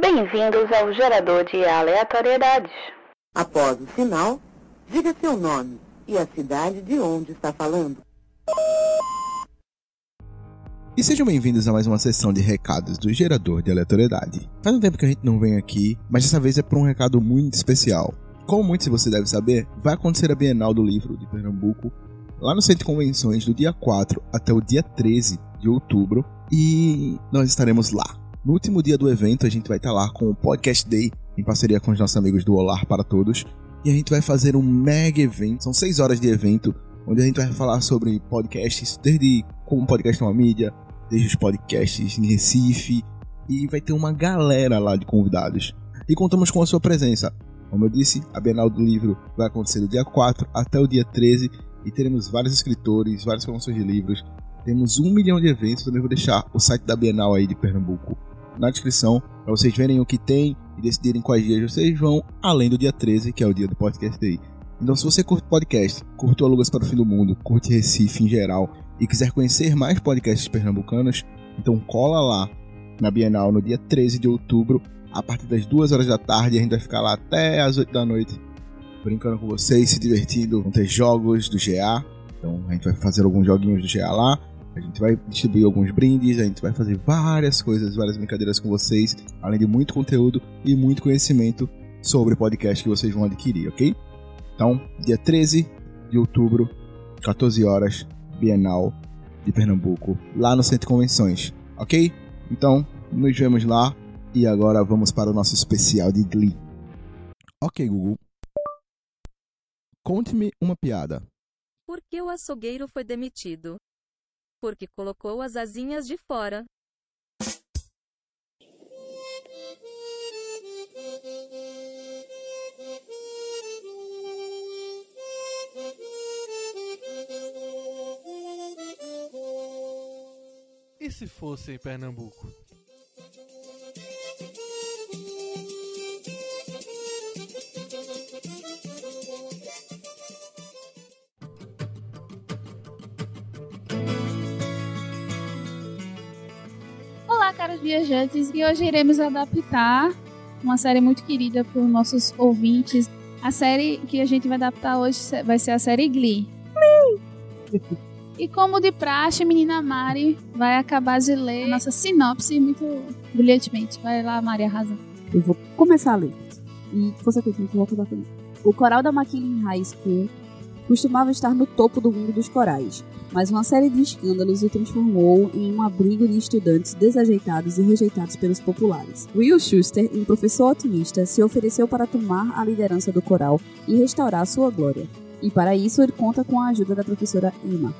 Bem-vindos ao gerador de aleatoriedades. Após o sinal, diga seu nome e a cidade de onde está falando. E sejam bem-vindos a mais uma sessão de recados do Gerador de Aleatoriedade. Faz um tempo que a gente não vem aqui, mas dessa vez é por um recado muito especial. Como muitos de vocês devem saber, vai acontecer a Bienal do Livro de Pernambuco lá no Centro de Convenções do dia 4 até o dia 13 de outubro e nós estaremos lá. No último dia do evento, a gente vai estar lá com o Podcast Day, em parceria com os nossos amigos do Olar para Todos. E a gente vai fazer um mega evento, são 6 horas de evento, onde a gente vai falar sobre podcasts, desde como podcast é uma mídia, desde os podcasts em Recife, e vai ter uma galera lá de convidados. E contamos com a sua presença. Como eu disse, a Bienal do Livro vai acontecer do dia 4 até o dia 13, e teremos vários escritores, várias promoções de livros. Temos um milhão de eventos, também vou deixar o site da Bienal aí de Pernambuco na descrição para vocês verem o que tem e decidirem quais dias vocês vão, além do dia 13, que é o dia do podcast Day. Então, se você curte podcast, curte o Alugas para o Fim do Mundo, curte Recife em geral e quiser conhecer mais podcasts pernambucanos, então cola lá na Bienal no dia 13 de outubro, a partir das 2 horas da tarde, a gente vai ficar lá até as 8 da noite, brincando com vocês, se divertindo, vão ter jogos do GA, então a gente vai fazer alguns joguinhos do GA lá, a gente vai distribuir alguns brindes, a gente vai fazer várias coisas, várias brincadeiras com vocês, além de muito conteúdo e muito conhecimento sobre podcast que vocês vão adquirir, ok? Então, dia 13 de outubro, 14 horas, Bienal de Pernambuco, lá no Centro de Convenções, ok? Então, nos vemos lá e agora vamos para o nosso especial de Glee. Ok, Google. Conte-me uma piada. Por que o açougueiro foi demitido? Porque colocou as asinhas de fora. E se fosse em Pernambuco? Olá, caros viajantes, e hoje iremos adaptar uma série muito querida por nossos ouvintes. A série que a gente vai adaptar hoje se- vai ser a série Glee. E como de praxe, menina Mari vai acabar de ler a nossa sinopse muito brilhantemente. Vai lá, Mari, arrasa. Eu vou começar a ler. E consequentemente vou acabar comigo. O coral da McKinley High School costumava estar no topo do mundo dos corais, mas uma série de escândalos o transformou em um abrigo de estudantes desajeitados e rejeitados pelos populares. Will Schuster, um professor otimista, se ofereceu para tomar a liderança do coral e restaurar sua glória. E para isso ele conta com a ajuda da professora Emma.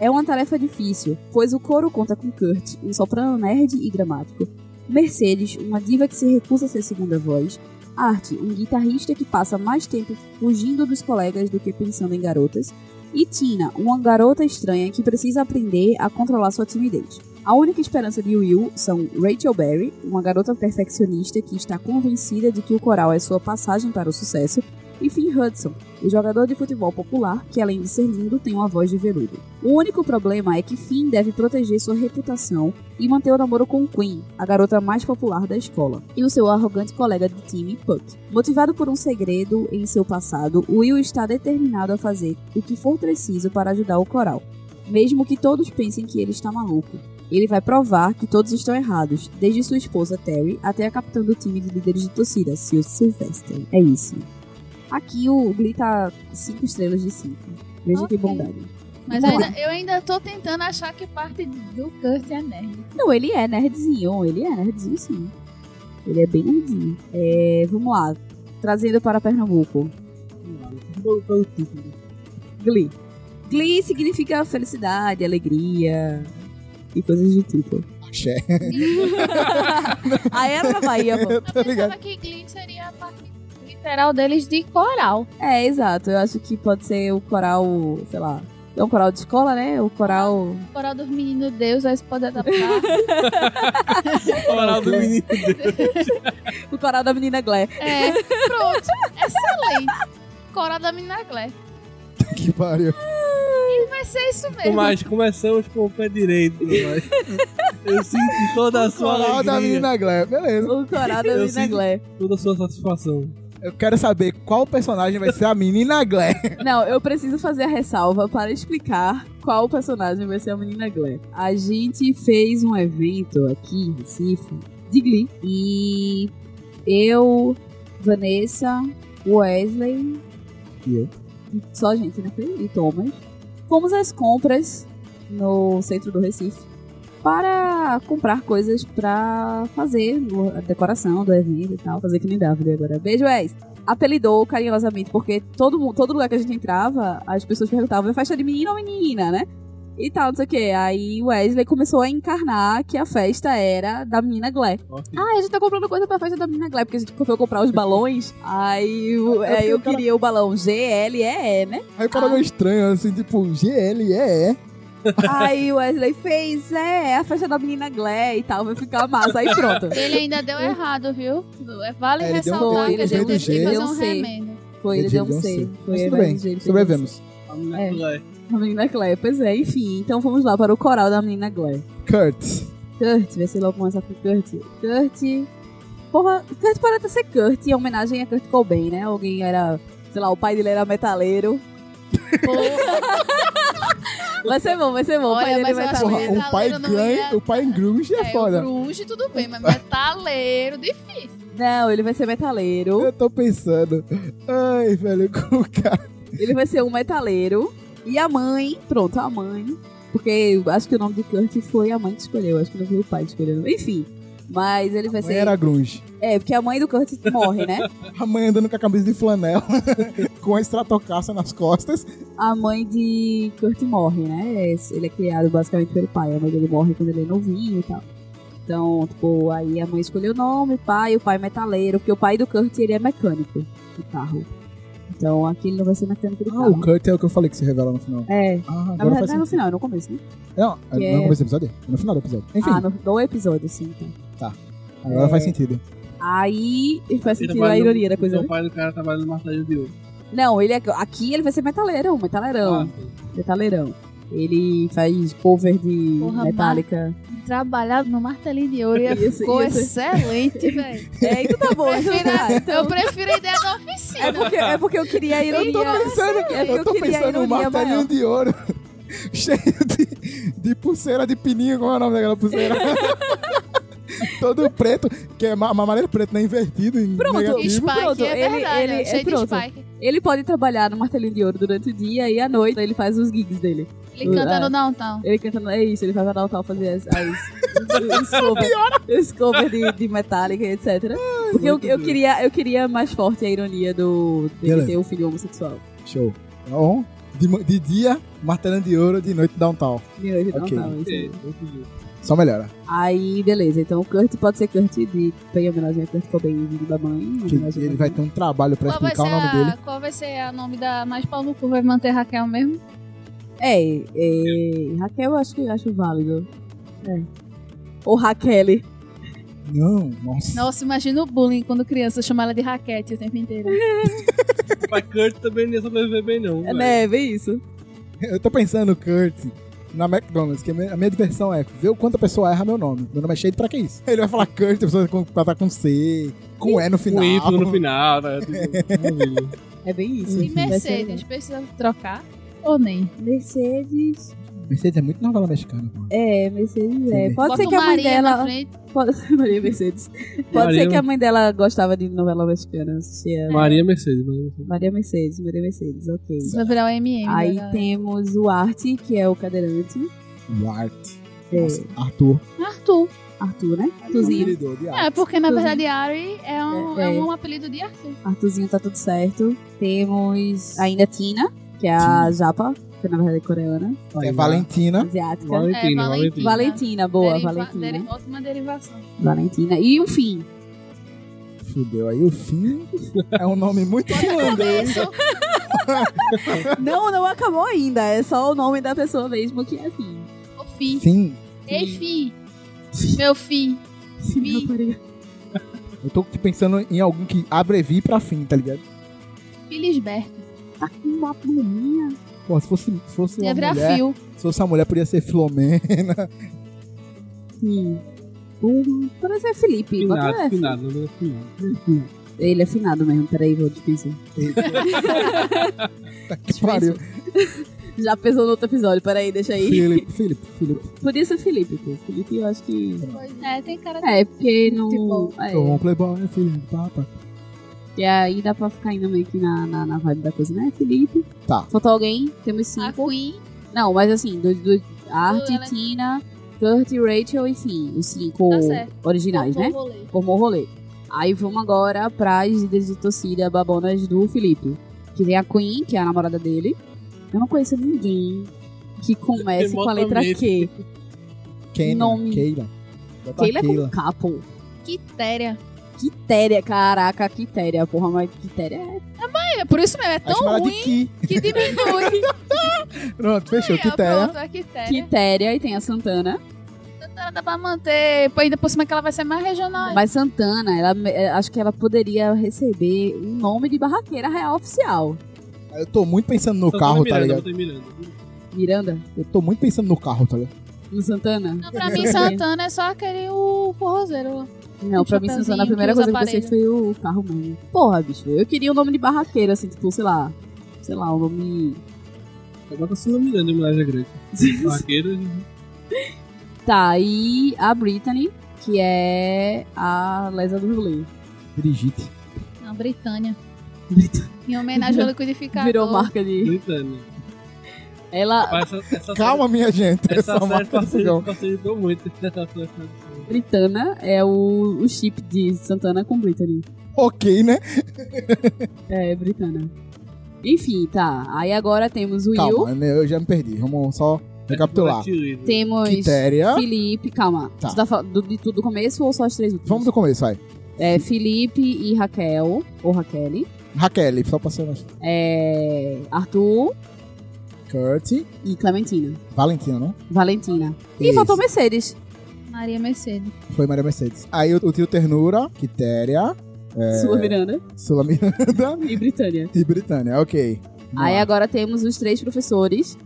É uma tarefa difícil, pois o coro conta com Kurt, um soprano nerd e gramático, Mercedes, uma diva que se recusa a ser segunda voz. Art, um guitarrista que passa mais tempo fugindo dos colegas do que pensando em garotas. E Tina, uma garota estranha que precisa aprender a controlar sua timidez. A única esperança de Will são Rachel Berry, uma garota perfeccionista que está convencida de que o coral é sua passagem para o sucesso, e Finn Hudson, o jogador de futebol popular que, além de ser lindo, tem uma voz de veludo. O único problema é que Finn deve proteger sua reputação e manter o namoro com Queen, a garota mais popular da escola, e o seu arrogante colega de time, Puck. Motivado por um segredo em seu passado, Will está determinado a fazer o que for preciso para ajudar o coral, mesmo que todos pensem que ele está maluco. Ele vai provar que todos estão errados, desde sua esposa Terry até a capitã do time de líderes de torcida, Sil Sylvester. É isso. Aqui o Glee tá 5 estrelas de 5. Veja Ok. que bondade. Então, Mas Vamos lá. ainda- eu ainda tô tentando achar que parte do Kurt é nerd. Não, ele é nerdzinho, ele é nerdzinho sim. Ele é bem nerdzinho. É, vamos lá, trazendo para Pernambuco. Glee. Glee significa felicidade, alegria e coisas do tipo. Axé. Aí era Ah, é pra Bahia, pô. Eu pensava que Glee seria a parte literal deles de coral. É, exato. Eu acho que pode ser o coral, sei lá. É um coral de escola, né? O coral. Coral dos meninos deus, aí você pode adaptar. Coral do menino. O coral da menina Glé. É, pronto. Excelente. Coral da Mina Glé. que pariu. Vai ser isso mesmo. Mas começamos com o pé direito. mas- Eu sinto toda a sua Coral da alegria, menina Glé. Beleza. O coral da Eu menina sinto- Glé. toda a sua satisfação. Eu quero saber qual personagem vai ser a menina Glé. Não, eu preciso fazer a ressalva para explicar qual personagem vai ser a menina Glé. A gente fez um evento aqui em Recife de Glee e eu, Vanessa, Wesley E eu. e só a gente, né? Foi? E Thomas. Fomos às compras no centro do Recife para comprar coisas para fazer no- a decoração do evento e tal, fazer que nem Davi agora. Beijo, Wes! apelidou carinhosamente, porque todo, mu- todo lugar que a gente entrava, as pessoas perguntavam, é festa de menino ou menina, né? E tal, não sei o que. Aí o Wesley começou a encarnar que a festa era da menina Glé. Ah, a gente tá comprando coisa pra festa da menina Glé, porque a gente foi comprar os balões. Aí, o- É aí eu porque o cara- queria o balão G-L-E-E, né? Aí o cara Ah. meio estranho, assim, tipo, GLEE. Aí o Wesley fez, é, é a festa da menina Glé e tal, vai ficar massa. Aí pronto. Ele ainda deu errado, viu? Vale É, ele deu um- ressaltar ele que a deu gente um teve que jeito. fazer Eu um sei. remendo. Foi, ele deu um Mas C. Foi tudo ele, bem, mas ele fez um C. sobrevivemos. É. Glé. A menina Glé, pois é, enfim. Então vamos lá para o coral da menina Glé. Kurt. Kurt, vê se logo começar com Kurt. Kurt. Porra, Kurt parece ser Kurt, em homenagem a Kurt Cobain, né? Alguém era, sei lá, o pai dele era metaleiro. Vai ser bom, vai ser bom. o Olha, pai dele mas eu é acho Porra, metaleiro. Metaleiro o pai não grunge, ia- o pai grunge Tá é, É, o foda. grunge tudo bem, mas metaleiro, difícil. Não, ele vai ser metaleiro. Eu tô pensando. Ai, velho, o cara. Ele vai ser um metaleiro. E a mãe, pronto, a mãe. Porque eu acho que o nome de Kurt foi a mãe que escolheu. Acho que não foi o pai escolhendo. Enfim. Mas ele vai A mãe ser. era grunge. É, porque a mãe do Kurt morre, né? A mãe andando com a camisa de flanela, com a estratocaça nas costas. a mãe de Kurt morre, né? Ele é criado basicamente pelo pai. A mãe dele morre quando ele é novinho e tal. Então, tipo, aí a mãe escolheu o nome, pai, o pai é metaleiro, porque o pai do Kurt ele é mecânico do carro. Então aqui ele não vai ser mecânico do Ah, o carro. Kurt é o que eu falei que se revela no final. É. Ah, Na agora faz verdade, não é no sentido. final, é no começo, né? Não, Que não é- é no começo do episódio? É no final do episódio. Enfim, Ah, no, do episódio, sim, então. agora faz sentido. Aí ele vai sentir a trabalha no- ironia da coisa. Então, né? O pai do cara trabalha no martelo de ouro. Ah, Não, ele é, aqui ele vai ser metaleirão, metaleirão, metaleirão. Ele faz cover de Porra, Metallica. Trabalhar no martelinho de ouro ia Isso, ficou isso. excelente, velho. É, então tá bom, então Prefiro tá. a- Então, Eu prefiro a ideia da É oficina. porque, é porque eu queria a Eu ironia. tô pensando, É porque eu tô queria a pensando no ironia martelinho maior. de ouro cheio de, de pulseira de pininho, como é o nome daquela pulseira? Todo preto, que é ma- mamareiro preto, né? Invertido em Pronto, negativo. Spike, Pronto, é ele- verdade, ele- ó, é cheio de pronto. Spike. Ele pode trabalhar no martelinho de ouro durante o dia e à noite ele faz os gigs dele. Ele canta É. no downtown. Ele canta, é isso, ele faz a Natal fazer as, as, os cover, os cover de, de Metallica, etc. Porque eu, eu, queria, eu queria mais forte a ironia do dele Beleza. ter um filho homossexual. Show. Tá bom? De, ma- de dia, martelinho de ouro, de noite, downtown. De hoje, Ok. Natal, isso. É, Só melhora. Aí, beleza. Então o Kurt pode ser Kurt de. Tem homenagem a Kurt Cobain, vindo da mãe. em Que homenagem à ele mãe. vai ter um trabalho pra Qual vai, explicar ser o nome a, dele. qual vai ser a nome da mais pau no cu? Vai manter Raquel mesmo? É, é, Raquel eu acho que acho válido. É. Ou Raquel. Não, nossa. Nossa, imagina o bullying quando criança chamar ela de raquete o tempo inteiro. Pra Kurt também não ia sobreviver bem, não. É, velho. né? Vê isso. Eu tô pensando, Kurt, na McDonald's, que a minha, a minha diversão é ver o quanto a pessoa erra meu nome. Meu nome é cheio pra que isso? Ele vai falar Kurt, a pessoa com- vai tá com C, com E no final. Com Y Um no final, né? Tudo. Maravilha. É bem isso. E Mercedes, precisa trocar? Ou nem? Mercedes. Mercedes é muito novela mexicana. pô. É, Mercedes é. Sim. Pode Bota ser que a o mãe Maria na dela. frente. Pode... Maria Mercedes. Pode ser Maria- que a mãe dela gostava de novela mexicana. É. assistia Maria Mercedes. Maria Mercedes. é. Maria Mercedes, Maria Mercedes, ok. Isso vai virar o MM. Aí né, temos o Arte, que é o cadeirante. O Art. É, Nossa, Arthur. galera? Arthur. Arthur, né? Meu Arthurzinho. apelidor de Art. É, porque na Arthur. verdade Ari é um, É, é é. um apelido de Arthur. Arthurzinho tá tudo certo. Temos ainda Tina, que é a japa, que na verdade é coreana, É Valentina. asiática. Valentina, É, Valentina. Valentina, boa, Deriva- Valentina. deri- Ótima derivação. Valentina. E um fim. Fudeu. Aí o fim é um nome muito finlandês. não, não acabou ainda. É só o nome da pessoa mesmo que é fim. Ô, fi. Fim. Ei, fi. Meu fi. Fi. Eu tô aqui pensando em alguém que abrevie pra fim, tá ligado? Filisberto. Tá com uma pluminha. Pô, se fosse, se fosse Ia uma virar mulher... fio. Se fosse uma mulher, podia ser Flomena. assim. Um, parece é Felipe. Finado, bota um F. finado, né? Finado. Ele é finado mesmo, peraí, vou dispensar. Tá que pariu. Já pensou no outro episódio, peraí, deixa aí. Felipe, Felipe, Felipe. Podia ser Felipe, pô. Felipe eu acho que. Pois é, tem cara É, porque não. Tipo- é, Então, Playboy, né, Felipe? Papa. E aí dá pra ficar ainda meio que na, na, na vibe da coisa, né, Felipe? Tá. Faltou alguém? Temos A cinco. Queen. Não, mas assim, do, do, Art, Ela- é Tina, Kurt, Rachel, enfim, os cinco Tá certo. originais, né? Vou ler. Formou o rolê. Aí vamos agora pras líderes de torcida babonas do Felipe. Que tem a Queen, que é a namorada dele. Eu não conheço ninguém que comece com a letra Q. Keila. Nome. Keila. Bota Keila é com Keila. K, pô. Quitéria. Quitéria, caraca, Quitéria, porra, mas Quitéria é É, por isso mesmo, é Aí tão chama ela de ruim Ki. que diminui. Pronto, fechou. É, Quitéria. Pronto, a Quitéria. Quitéria e tem a Santana. Quitéria dá pra manter. Pô, ainda por cima que ela vai ser mais regional. ainda. Mas Santana, ela, é, acho que ela poderia receber um nome de barraqueira real oficial. Eu tô muito pensando no carro, tá ligado? Miranda? Eu tô muito pensando no carro, tá ligado? No Santana? Não, pra mim, Santana é só aquele o forrozeiro lá. Não, Um pra mim, Santana, a chapeuzinho primeira que usa coisa que eu pensei foi o carro mesmo. Porra, bicho, eu queria um nome de barraqueira, assim, tipo, sei lá. Sei lá, um nome. Agora você não me dando em homenagem à Grécia. Vaqueira, tá, e a Brittany, que é a Lesa do Rolê. Brigitte. Não, Britânia. Em homenagem ao liquidificador. Virou marca de. britânia. Ela. Mas Essa, essa Calma, minha gente. série, essa Essa série marca do fogão. facilitou, facilitou muito. essa série. Britana é o, o chip de Santana com Brittany. Ok, né? É, Britana. Enfim, tá. Aí agora temos o Will. Calma, né, eu já me perdi. Vamos só recapitular. Facilita. Temos Quitéria. Felipe, calma. Tá. Tu tá falando do- de tudo do começo ou só as três últimas? Vamos do começo, vai. É, Felipe e Raquel, ou Raquel. Raquel, só passando. É, Arthur Kurt. e Clementina. Valentina, não? Valentina. E Isso. faltou Mercedes. Maria Mercedes. Foi Maria Mercedes. Aí o, o tio Ternura, Quitéria, É. Sua Miranda Sula Miranda e Britânia. e Britânia. Ok. Vamos Aí lá. agora temos os três professores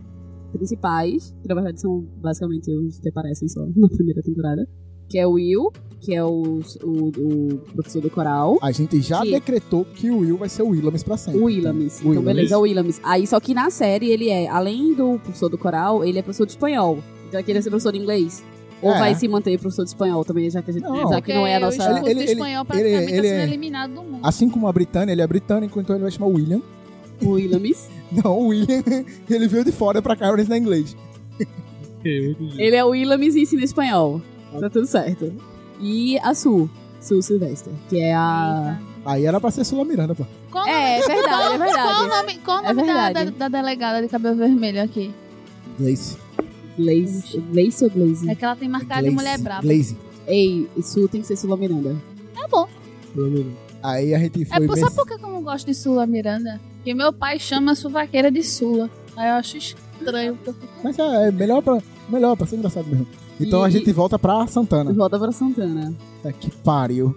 principais, que na verdade são basicamente os que aparecem só na primeira temporada. Que é o Will, que é o, o- o professor do coral. A gente já Que- decretou que o Will vai ser o Willamis pra sempre. O Willamis. O Então, beleza, Willamis. o Willamis. Aí, só que na série, ele é, além do professor do coral, ele é professor de espanhol. Então, ele queria ser professor de inglês. Ou É. vai se manter professor de espanhol também, já que, a gente, Não. já que não é a Porque nossa... O discurso Ele- ele- espanhol ele- praticamente está ele sendo é- eliminado do mundo. Assim como a Britânia, ele é britânico, então ele vai chamar William. O Willamis. Não, o William, ele veio de fora pra cá, ele ensina inglês. Ok, muito bem. ele é o Willamis e ensina espanhol. Tá tudo certo. E a Su. Su Silvestre, que é a... Eita. Aí era pra ser Sula Miranda, pô. Qual o É, é verdade, é Qual o verdade. nome, qual o É nome da, da, verdade. da delegada de cabelo vermelho aqui? Glaze. Glaze. Glaze ou Glaze? É que ela tem marcado de Glaze. mulher brava. Glaze. Ei, Su tem que ser Sula Miranda. Tá bom. Pelo menos. Aí a gente É foi... por, Merce- sabe por que que eu não gosto de Sula Miranda? Porque meu pai chama a suvaqueira de Sula. Aí eu acho estranho. porque eu fico- Mas é, é melhor pra... Melhor pra ser engraçado mesmo. Então a E- gente volta pra E Santana. volta pra Santana. Tá que pariu.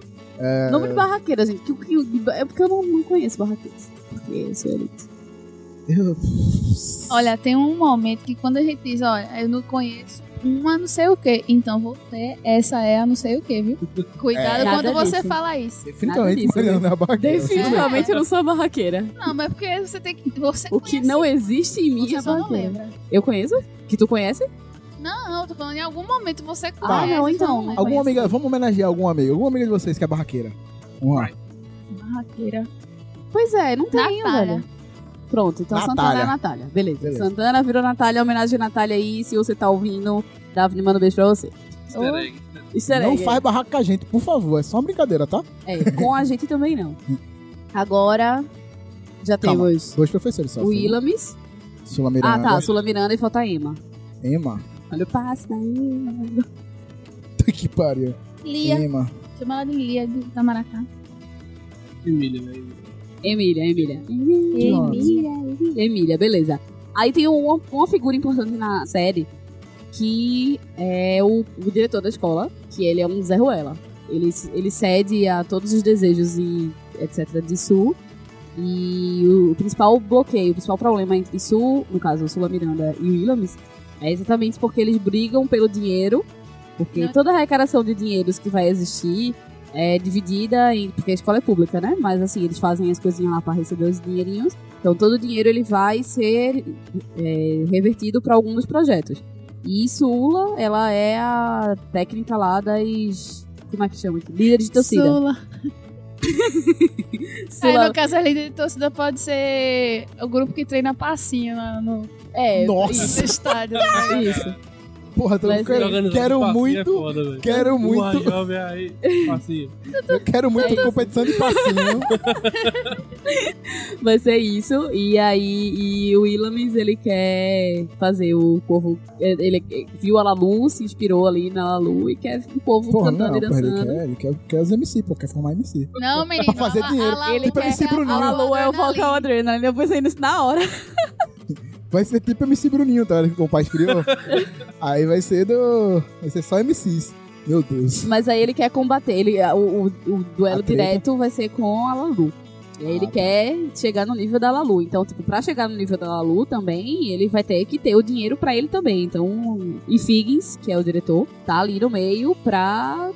Nome de barraqueira, gente. Que- que- é porque eu não, não conheço barraqueiros. Porque eu sou elite. Eu- Olha, tem um momento que quando a gente diz, olha, eu não conheço uma não sei o que, então vou ter, essa é a não sei o que, viu? Cuidado É. Nada quando você disso. fala isso. Definitivamente disso, né? Mariana é a barraqueira. Definitivamente eu não sou barraqueira. Não, mas é porque você tem que. Você O que conhece, não é existe em mim você é só não barraqueira. lembra. Eu conheço? Que tu conhece? Não, eu tô falando, em algum momento você conhece. Ah, não, só então, lembra. não. Alguma conheço. amiga... Vamos homenagear algum amigo. Alguma amiga de vocês que é barraqueira. Vamos lá. Barraqueira. Pois é, não tenho, Natália. velho. Pronto, então Natália. Santana é Natália. Beleza. Beleza. Santana virou Natália, homenagem a Natália aí. Se você tá ouvindo, Daphne manda um beijo pra você. Oh, Easter egg. Easter Não egg. faz barraca com a gente, por favor. É só uma brincadeira, tá? É, com a gente também não. Agora já Calma. temos Dois professores só. o Willamis. Sula Ah, Miranda. tá. Sula Miranda e falta a Emma. Emma. Olha o passe da Emma. Puta que pariu. Lia. Emma. Chama ela de Lia de Tamaracá. Emília, né? Emília, Emília. Emília, Emília, beleza. Aí tem uma, uma figura importante na série que é o, o diretor da escola, que ele é um Zé Ruela. Ele, ele cede a todos os desejos e etc. de Sul. E o, o principal bloqueio, o principal problema entre Sul, no caso Sula Miranda e o Willamis, é exatamente porque eles brigam pelo dinheiro Porque Não. toda a arrecadação de dinheiros que vai existir é dividida em. Porque a escola é pública, né? Mas assim, eles fazem as coisinhas lá para receber os dinheirinhos. Então todo o dinheiro ele vai ser é, revertido para algum dos projetos. E isso, ULA, ela é a técnica lá das. Como é que chama? Líderes de torcida. Sula. Aí, Sula- no caso, a líder de torcida pode ser o grupo que treina passinho lá no, É, no Nossa, estádio. isso. porra, tô Mas quero, Jogando quero passinho É muito, foda, velho. quero Porra, muito, jovem é aí, passinho. eu quero muito É. competição de passinho. Vai ser isso. E aí, e o Ilamis, ele quer fazer o povo. é, Ele viu a Lalu, se inspirou ali na Lalu e quer o povo Porra, não, cantando e porra, ele dançando. quer, ele quer, quer os MC, pô, quer formar MC. Não, menino. Pra fazer a- a dinheiro. Lalu Ele quer parece a Bruninho. A quer. Lalu é o Adrenaline. vocal adrenaline. Eu pensei nisso na hora. Vai ser tipo MC Bruninho, tá? ligado? Que o pai criou. Aí vai ser do. Vai ser só MCs. Meu Deus. Mas aí ele quer combater. Ele, o, o, o duelo A treta. direto vai ser com a Lalu. E aí ele Ah, tá. quer chegar no nível da Lalu. Então, tipo, pra chegar no nível da Lalu também, ele vai ter que ter o dinheiro pra ele também. Então, e Figgins, que é o diretor, tá ali no meio pra.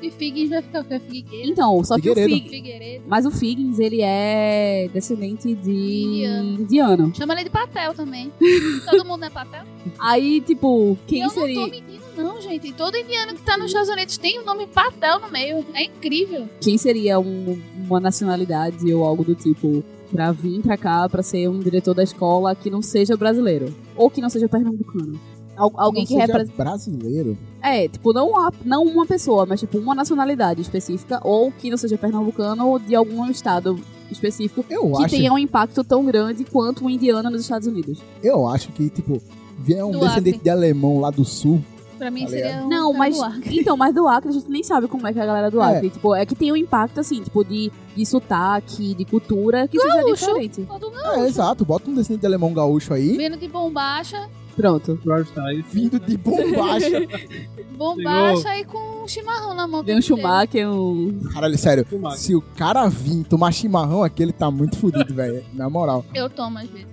E Figgins vai ficar com a Figueiredo. Então, só que o Figueiredo. Figgins. Figueiredo. Mas o Figgins, ele é descendente de Indiano. indiano. Chama ele de Patel também. Todo mundo é Patel? Aí, tipo, E quem eu não seria. tô mentindo, não, gente. Todo indiano que tá nos Estados Unidos tem o nome Patel no meio. É incrível. Quem seria um- uma nacionalidade ou algo do tipo pra vir pra cá pra ser um diretor da escola que não seja brasileiro? Ou que não seja pernambucano? Al- alguém Não que seja representa. é brasileiro. É, tipo, não, a- não uma pessoa, mas tipo, uma nacionalidade específica, ou que não seja pernambucano ou de algum estado específico Eu que acho. tenha um impacto tão grande quanto o indiano nos Estados Unidos. Eu acho que, tipo, vier um Do descendente Acre. de alemão lá do sul. Pra mim Tá seria um Não, cara mas. do ar. Então, mas do Acre a gente nem sabe como é que é a galera do É. Acre. Tipo, é que tem um impacto, assim, tipo, de, de sotaque, de cultura, que seja Gaúcho. diferente. Todo mundo. É, exato. Bota um descendente de alemão gaúcho aí. Vindo de bombacha, Pronto. George Tyson. Vindo de bombacha. bombacha e com um chimarrão na mão. Tem um Schumacher, um. Caralho, sério. Schumacher. Se o cara vir tomar chimarrão aqui, ele tá muito fudido, velho. Na moral. Eu tomo às vezes.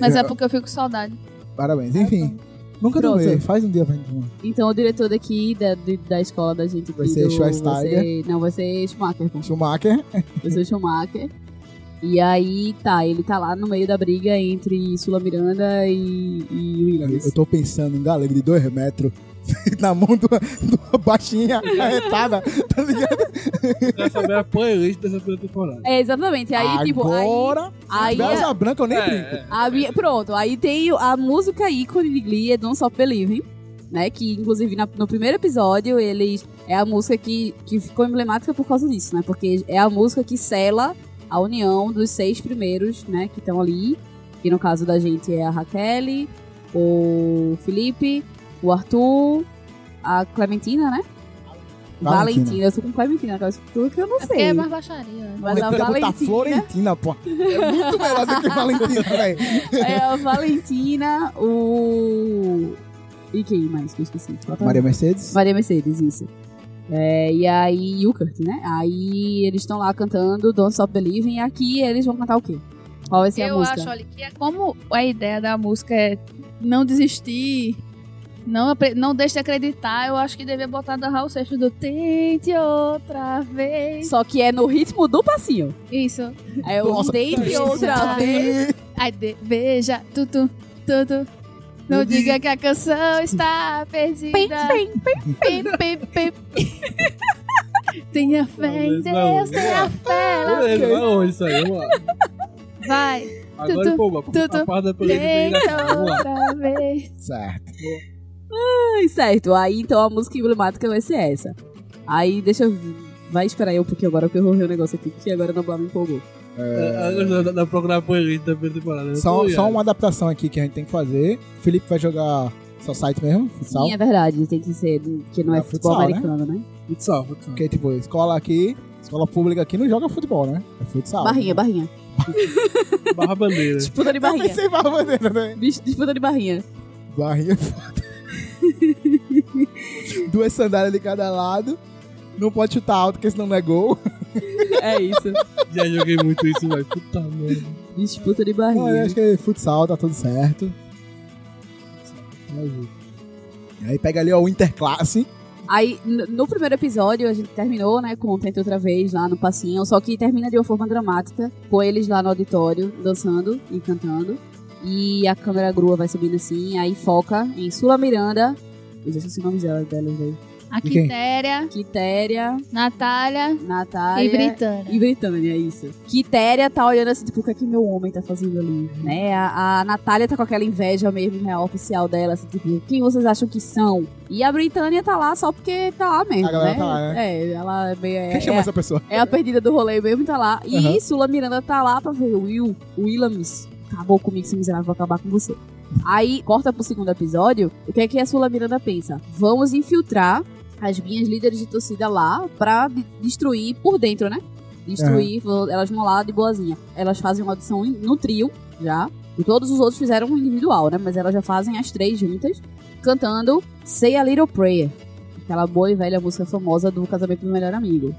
Mas é porque eu fico com saudade. Parabéns. Enfim. Nunca Pronto. tomei. Faz um dia pra gente tomar. Então, o diretor daqui da, de- da escola da gente. Vai aqui ser do- Schweinsteiger. vai ser- não, vai ser Schumacher. pô. Schumacher. Vai ser Schumacher. E aí, tá, ele tá lá no meio da briga entre Sula Miranda e, e Williams. Eu tô pensando em galego de dois metros. Na mão de uma, de uma baixinha arretada, tá ligado? Eu quero saber a playlist é dessa primeira temporada. É, exatamente. Aí, tipo, aí. Agora, aí Belza Branca eu nem brinco. É, A minha- pronto, aí tem a música ícone de Glee, é Don't Stop Believing, né? Que, inclusive, na- no primeiro episódio, eles... É a música que, que ficou emblemática por causa disso, né? Porque é a música que sela a união dos seis primeiros, né? Que estão ali. Que, no caso da gente, é a Raquel, o Felipe, o Arthur, a Clementina, né? Valentina. Valentina. Eu tô com Clementina, aquela escultura que eu não É porque é sei. mais baixaria. Mas a Tem que botar Valentina... Florentina, pô. É muito melhor do que Valentina, velho. É a Valentina, o. E quem mais que eu esqueci? Falta- Maria Mercedes. Maria Mercedes, isso. É, e aí, e o Kurt, né? Aí eles estão lá cantando Don't Stop Believing. E aqui eles vão cantar o quê? Qual vai ser a eu música? acho, olha, que é como a ideia da música é não desistir, não, apre- não deixe de acreditar, eu acho que devia botar da Raul Seixas do Tente Outra Vez. Só que é no ritmo do passinho. Isso. É o Nossa, Dente Tá outra vez. Aí de- veja, tudo, tudo. Não Não diga que a canção está perdida. Pim, pim, pim. Tenha fé em Não, não, Deus, não. é, tenha fé. lá. Beleza, vai longe isso aí, vamos lá. Vai, Agora Tutu, empolgou. tutu, É. A parte da playlist vem tenta daqui, vamos lá. outra vez. Certo. Ai, certo. Aí então a música emblemática vai ser essa. Aí deixa eu. Vai esperar eu, porque agora eu perrorei o negócio aqui, porque agora a Noblar me empolgou. É, Agora dá- dá pra procurar a playlist da primeira temporada. Só, um- Vamos só lá. uma adaptação aqui que a gente tem que fazer. Felipe vai jogar só site mesmo, futsal. Sim, é verdade, tem que ser, do- que não é, É futebol, futsal, né? americano, né? Futsal, futsal. Porque, tipo, escola aqui, escola pública aqui não joga futebol, né? É futsal. Barrinha, barrinha. Barra bandeira. Disputa de Eu barrinha. pensei em barra bandeira, né? Bicho, disputa de barrinha. Barrinha é foda. Duas sandálias de cada lado. Não pode chutar alto, porque senão não é gol. É isso. Já joguei muito isso, velho. Puta merda. Disputa de Não, eu barrinha. acho que é futsal, tá tudo certo. Mas, Aí pega ali, ó, o Interclasse. Aí, n- no primeiro episódio, a gente terminou, né, com Tenta Outra Vez, lá no passinho, só que termina de uma forma dramática, com eles lá no auditório, dançando e cantando. E a câmera grua vai subindo assim, aí foca em Sula Miranda, eu já esqueci o nome dela, delas aí, A De quem? Quitéria, Quitéria, Natália Natália... e Britânia. E Britânia, é isso. Quitéria tá olhando assim, tipo, o que é que meu homem tá fazendo ali, né? A, a Natália tá com aquela inveja mesmo, real oficial dela, assim, tipo, quem vocês acham que são? E a Britânia tá lá só porque tá lá mesmo, A galera né? tá lá, É, ela é bem... É, Quem chama é- essa pessoa? é a perdida do rolê mesmo, tá lá. E Aham. Sula Miranda tá lá pra ver o Will, o Willams. Acabou comigo, seu miserável, vou acabar com você. Aí, corta pro segundo episódio, o que é que a Sula Miranda pensa? Vamos infiltrar as minhas líderes de torcida lá pra de- destruir por dentro, né? Destruir, vo- elas vão lá de boazinha. Elas fazem uma audição em- no trio, já. E todos os outros fizeram um individual, né? Mas elas já fazem as três juntas, cantando Say a Little Prayer. Aquela boa e velha música famosa do casamento do melhor amigo.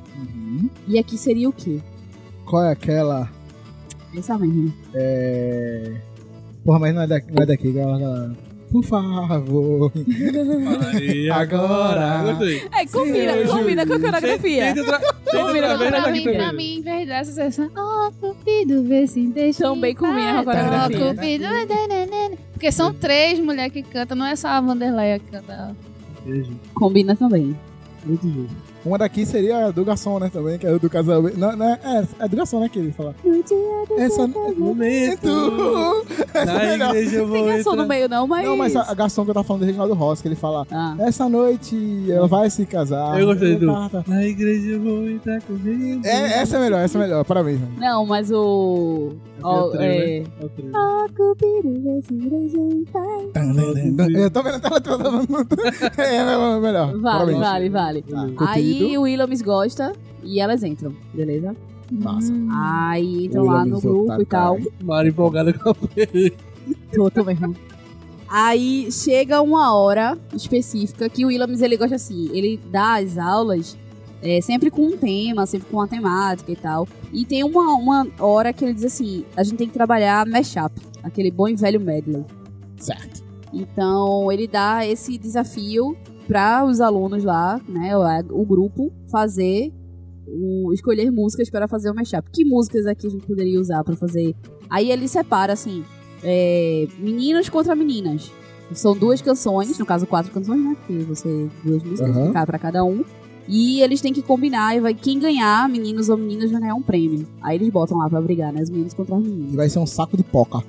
E aqui seria o quê? Qual é aquela? Essa mesmo. É... Porra, mas não é, da... não é daqui, galera. Por favor. Maria, Agora. Gostei. É, combina, eu juro. combina com a coreografia. Tenta outra- tenta Combina outra vez né, pra, daqui mim, pra também. mim, em vez dessa sessão, ó, cupido, vê se deixa. Também em paz. combina com a coreografia. Ó, cupido, é, né, nananana. Porque são três mulheres que cantam, não é só a Vanderleia que canta. Combina também. Muito justo. Uma daqui seria a do garçom, né, também, que é do casamento. Não, não, é, é do garçom, né, que ele fala. Essa é Momento. Essa é Na melhor. igreja eu Tem vou garçom no entrar. meio, não, mas. né? Não, mas a, a garçom que eu tava falando do Reginaldo Rossi, que ele fala... Ah. Essa noite ela vai se casar. Eu gostei do- Tá, tá. Na igreja eu vou entrar correndo. É, essa é melhor, essa é melhor. Parabéns, mano. Não, mas o. ó, o trio, é... É o trio. Ah. né? Eu tô vendo a tela toda. É, é melhor, melhor. Vale, Parabéns. vale, vale. Tá. Aí Cupido. o Willams gosta e elas entram, beleza? Massa. Hum. Aí entram O lá no Willams grupo otário, e tal. Mara empolgada com a pele. Tô, tô mesmo. Aí chega uma hora específica que o Willams ele gosta assim, ele dá as aulas é, sempre com um tema, sempre com uma temática e tal. E tem uma, uma hora que ele diz assim, a gente tem que trabalhar mashup, aquele bom e velho medley. Certo. Então ele dá esse desafio para os alunos lá, né, o a- o grupo fazer o- escolher músicas para fazer o mashup. Que músicas aqui a gente poderia usar para fazer? Aí ele separa assim, é, meninos contra meninas. São duas canções, no caso quatro canções, né? Porque você duas músicas Aham. pra cada um. E eles têm que combinar e vai quem ganhar, meninos ou meninas, vai ganhar um prêmio. Aí eles botam lá pra brigar, né? Os meninos contra os meninos. E vai ser um saco de poca.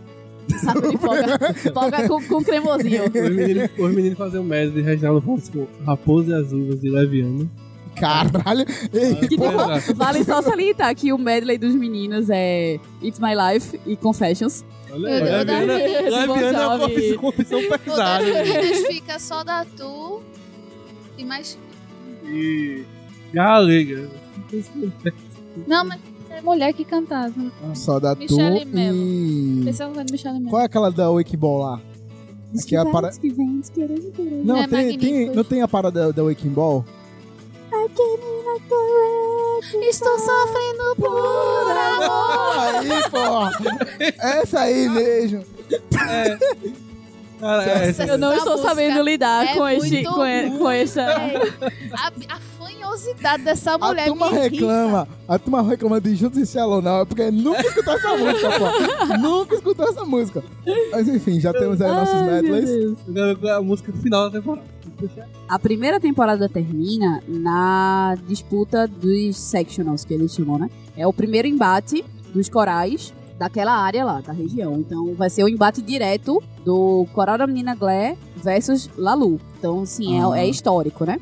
Saco de folga, folga com, com cremosinho. Os meninos, os meninos fazem o médio de Reginaldo Rossi com Raposa e as Uvas de Leviano. Caralho. Ei, Que porra. Porra. Vale só salientar que o medley dos meninos é It's My Life e Confessions. Eu- Olha eu aí, Leviano daria esse Leviano é uma Bon Jovi. confissão- confissão O das pesada. meninas fica só da Tu e mais. E. Galega. Não, mas é mulher que cantava. Só da tu Michele Mello. e... Pensava que era do Michele mesmo. Qual é aquela da Wakeball lá? Aqui é a para... que vem, querendo, querendo. Não, É tem, tem- Magníficos. não tem a parada da Waking Ball? Estou sofrendo por amor. Aí, porra! Essa aí mesmo! Cara, é, Nossa, Eu não Essa estou música sabendo lidar é com, este, muito com, e- com essa. É, a, a fanhosidade dessa A mulher turma me irrita. reclama, a turma reclama de Juntos e Shallow Now, é porque nunca escutou essa música, pô. Nunca escutou essa música. Mas enfim, já temos aí nossos medleys. Eu quero ver a música do final da temporada. A primeira temporada termina na disputa dos sectionals, que eles chamam, né? É o primeiro embate dos corais daquela área lá, da região. Então vai ser o embate direto do Coral da Menina Glé versus Lalu. Então, assim, é- Ah. é, histórico, né?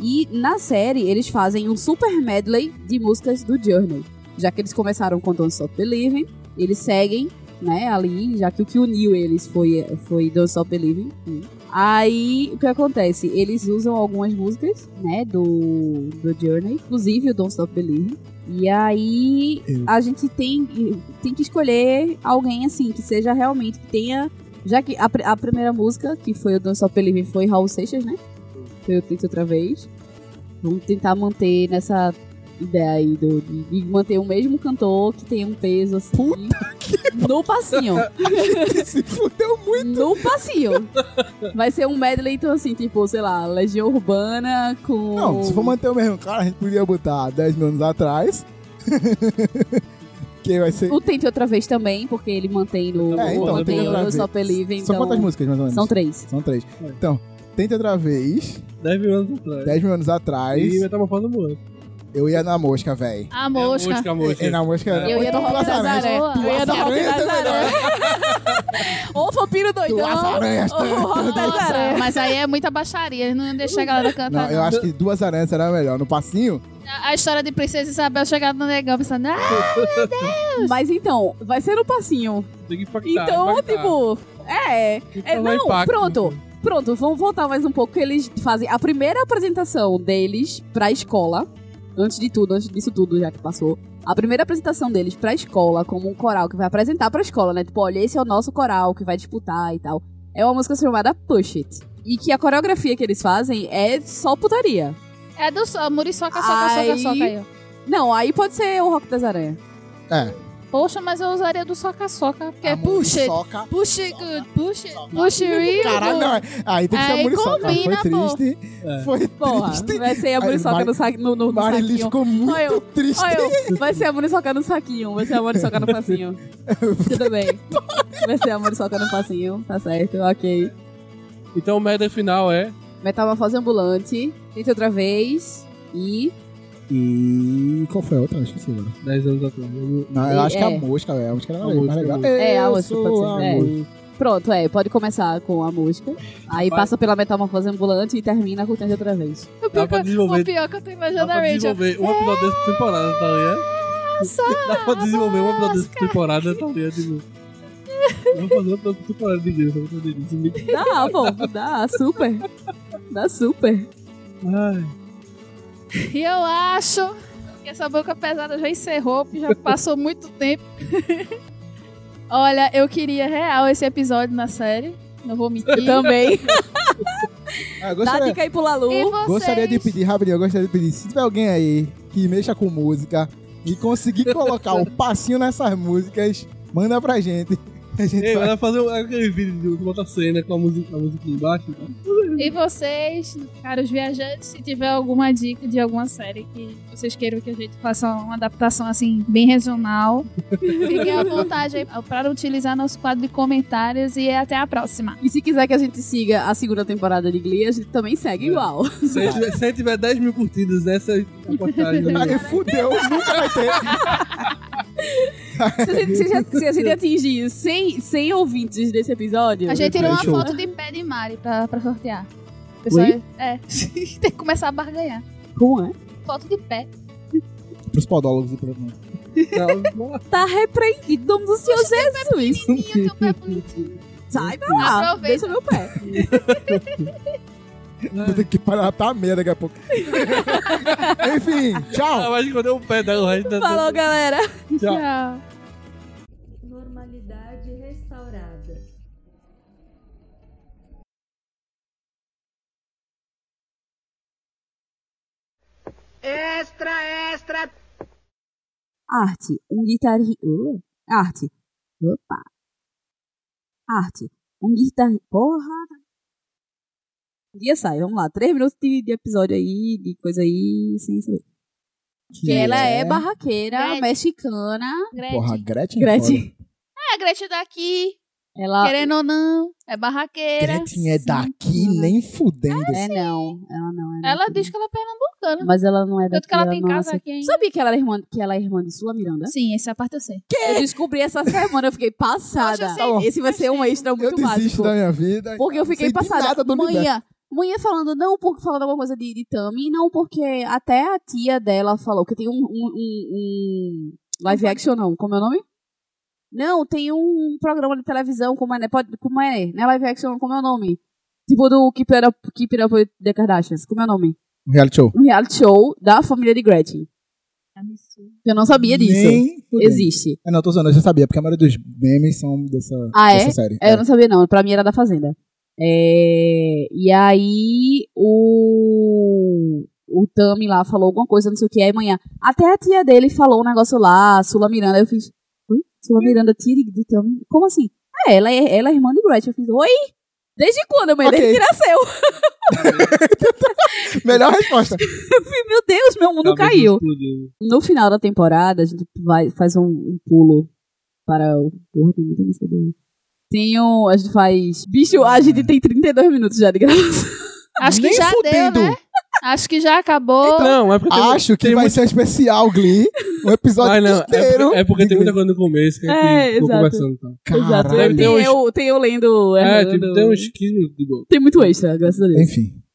E na série eles fazem um super medley de músicas do Journey. Já que eles começaram com Don't Stop Believing, eles seguem, né, ali, já que o que uniu eles foi, foi Don't Stop Believing. Aí, o que acontece? Eles usam algumas músicas, né, do, do Journey, inclusive o Don't Stop Believing. E aí, Eu. a gente tem, tem que escolher alguém, assim, que seja realmente, que tenha... Já que a, pr- a primeira música, que foi o Don't Stop Believing, foi Raul Seixas, né? Que eu tento outra vez. Vamos tentar manter nessa ideia aí do, de, de manter o mesmo cantor que tem um peso, assim. Puta que No passinho. Se fudeu muito. No passinho. Vai ser um medley, então, assim, tipo, sei lá, Legião Urbana com. Não, se for manter o mesmo cara, a gente podia botar 10 mil anos atrás. que vai ser. O Tente Outra Vez também, porque ele mantém no. É, então, mantém Tente o Outra Eu Vez. Só Believe, então. São quantas músicas, mais ou menos? São três. São três. Então, tenta outra vez. 10 mil anos atrás. 10 mil anos atrás, E metamorfose do mundo. eu ia na mosca, véi. A mosca. É, a mosca. E Na mosca era. Eu Ou ia no então Rock Pulas das Aranhas. Aranhas. Eu ia no Duas Rock aranhas das é melhor. Aranhas. Ou Vampiro Duas Doidão. aranhas. Ou Rock das Nossa, Aranhas. mas aí é muita baixaria, eles não iam deixar a galera cantar. Não, eu tá acho que duas aranhas era melhor. No passinho, A história de Princesa Isabel chegando no negão pensando, ah, Mas então, vai ser no passinho. Tem que impactar. Então, impactar. tipo, é. Tem que é, causar não, impacto. pronto. Pronto, vamos voltar mais um pouco. que Eles fazem a primeira apresentação deles pra escola. Antes de tudo, antes disso tudo, já que passou. A primeira apresentação deles pra escola, como um coral que vai apresentar pra escola, né? Tipo, olha, esse é o nosso coral que vai disputar e tal. É uma música chamada Push It. E que a coreografia que eles fazem é só putaria. é do so, Muriçoca, soca, soca, Aí- soca aí. ó. Não, aí pode ser o Rock das Aranhas. Poxa, mas eu usaria do soca, soca, Ah, porque a é push it, muriçoca- push it good, push it, push it real Caralho, não. good. é- Aí tem que ser a Aí muriçoca. combina, Foi pô. triste. É. Foi Porra, triste. vai ser a Aí, muriçoca Mari- no, sa... no, no, no Marilis saquinho. ficou muito Olha eu, triste. Olha eu, vai ser a muriçoca no saquinho, vai ser a muriçoca no passinho. Tudo bem. Vai ser a muriçoca no passinho, tá certo, ok. Então o merda final é. Metamorfose ambulante, tenta outra vez. E. E qual foi a outra? Eu esqueci agora. 10 anos atrás. Não, eu E- acho que é. a mosca, velho. A mosca era A mais mosca, legal. Ah, a mosca. É, a Eu mosca sou pode ser, a é. mosca. Pronto, é, pode começar com a música. Aí Vai. passa pela metamorfose ambulante e termina com tenta outra vez. O Dá pior, que, pra eu- desenvolver. o pior que eu é tô Dá imaginando a pra Rachel. desenvolver um episódio É. dessa temporada, tá ligado? Dá pra desenvolver um episódio dessa temporada, tá ligado? Tipo, Vamos fazer um episódio dessa temporada de Deus, vamos fazer isso. Dá, pô, dá, super. Dá super. Ai, tipo. E eu acho que essa boca pesada já encerrou, porque já passou muito tempo. Olha, eu queria real esse episódio na série. Não vou mentir. Também. Ah, eu Dá gostaria, dica aí pro Lalu. E vocês? gostaria de pedir, rapidinho, eu gostaria de pedir. Se tiver alguém aí que mexa com música e conseguir colocar um passinho nessas músicas, manda pra gente. A gente Ei, vai- vai fazer um- aquele vídeo de bota a cena com a música, a música embaixo. E vocês, caros viajantes, se tiver alguma dica de alguma série que vocês queiram que a gente faça uma adaptação assim, bem regional, fiquem à vontade aí para utilizar nosso quadro de comentários e até a próxima. E se quiser que a gente siga a segunda temporada de Glee, a gente também segue igual. Se eu tiver, se eu tiver 10 mil curtidas nessa postagem, Aí fudeu, nunca vai ter. Se a gente, se a gente- se a gente atingir 100, 100 ouvintes desse episódio, A gente tirou uma Fechou. foto de pé de Mari pra, pra sortear. O pessoal Oi? é. Tem que começar a barganhar. Como é? Foto de pé. Pros podólogos e pro não, Tá repreendido, nome do Senhor Jesus. é Pequenininho, teu pé bonitinho. Sai pra lá, Aproveita. deixa meu pé. Puta que parar, tá merda daqui a pouco. Enfim, Ah, tchau. mas quando eu pé dela, o resto da Falou, galera. Tchau. Tchau. Normalidade restaurada. Arte, um guitarrista. arte. Opa. Arte, um guitarrista. Porra. Um dia sai, vamos lá. Três minutos de, de episódio aí, de coisa aí, sem saber. Que ela é, barraqueira, Gretchen. mexicana. Gretchen. Porra, Gretchen. É, Gretchen. É, Gretchen daqui. Ela Querendo ou não, é barraqueira. Gretchen é daqui, nem fudendo. é não, ela não é. não. Ela diz que ela é pernambucana. mas ela não é Tanto daqui, que ela tem não é casa assim. aqui, hein? Sabia que ela era irmã, que ela é irmã de Sula Miranda? Sim, essa parte eu sei. Eu descobri essa semana, eu fiquei Poxa, passada. eu sei. Tá bom. Esse vai ser um extra Eu muito desisto básico. da minha vida. Porque eu fiquei Sei de nada passada. do universo. Manhã, manhã falando, não porque falando alguma coisa de, de Tami, não porque até a tia dela falou que tem um, um- um- um live action, não. Como é o nome? Não, tem um programa de televisão, como é, né? Pode, como é, né? Live action, como é o nome? Tipo do Keep It Up, Keep It Up with the Kardashians. Como é o nome? Reality show. um reality show da família de Gretchen. Eu não sabia disso. Nem fudendo. Existe. Ah, não, tô zoando, eu já sabia, porque a maioria dos memes são dessa, Ah, dessa é? série. É, Eu não sabia, não. Pra mim era da Fazenda. É, E aí o. O Tami lá falou alguma coisa, não sei o que, aí manhã. Até a tia dele falou um negócio lá, a Sula Miranda. Eu fiz. Ui? Hum?" Sua Miranda tira de teu. Como assim? Ah, ela é, ela é irmã de Gretchen. Eu fiz, oi? Desde quando, mãe? Ok. Desde que nasceu. Melhor resposta. Eu fiz, meu Deus, meu mundo Tá Cabeça caiu. explodindo. No final da temporada, a gente vai, faz um, um pulo para o. Porra, tem muita música dele. Tem um. A gente faz. Bicho, a gente tem 32 minutos já de gravação. Acho que Nem já fudendo. deu, né? Acho que já acabou. Não, é porque tem, Acho que tem vai muito- ser um especial, Glee. Um episódio Ah, não, é inteiro. porque, é porque de tem Glee. muita coisa no começo que a gente É, ficou exato. conversando. e tal. Caralho. Deve ter Tem uns- eu, tem eu lendo. É, errando. tipo, tem uns 15 minutos de boa. Tem muito extra, graças a Deus. Enfim.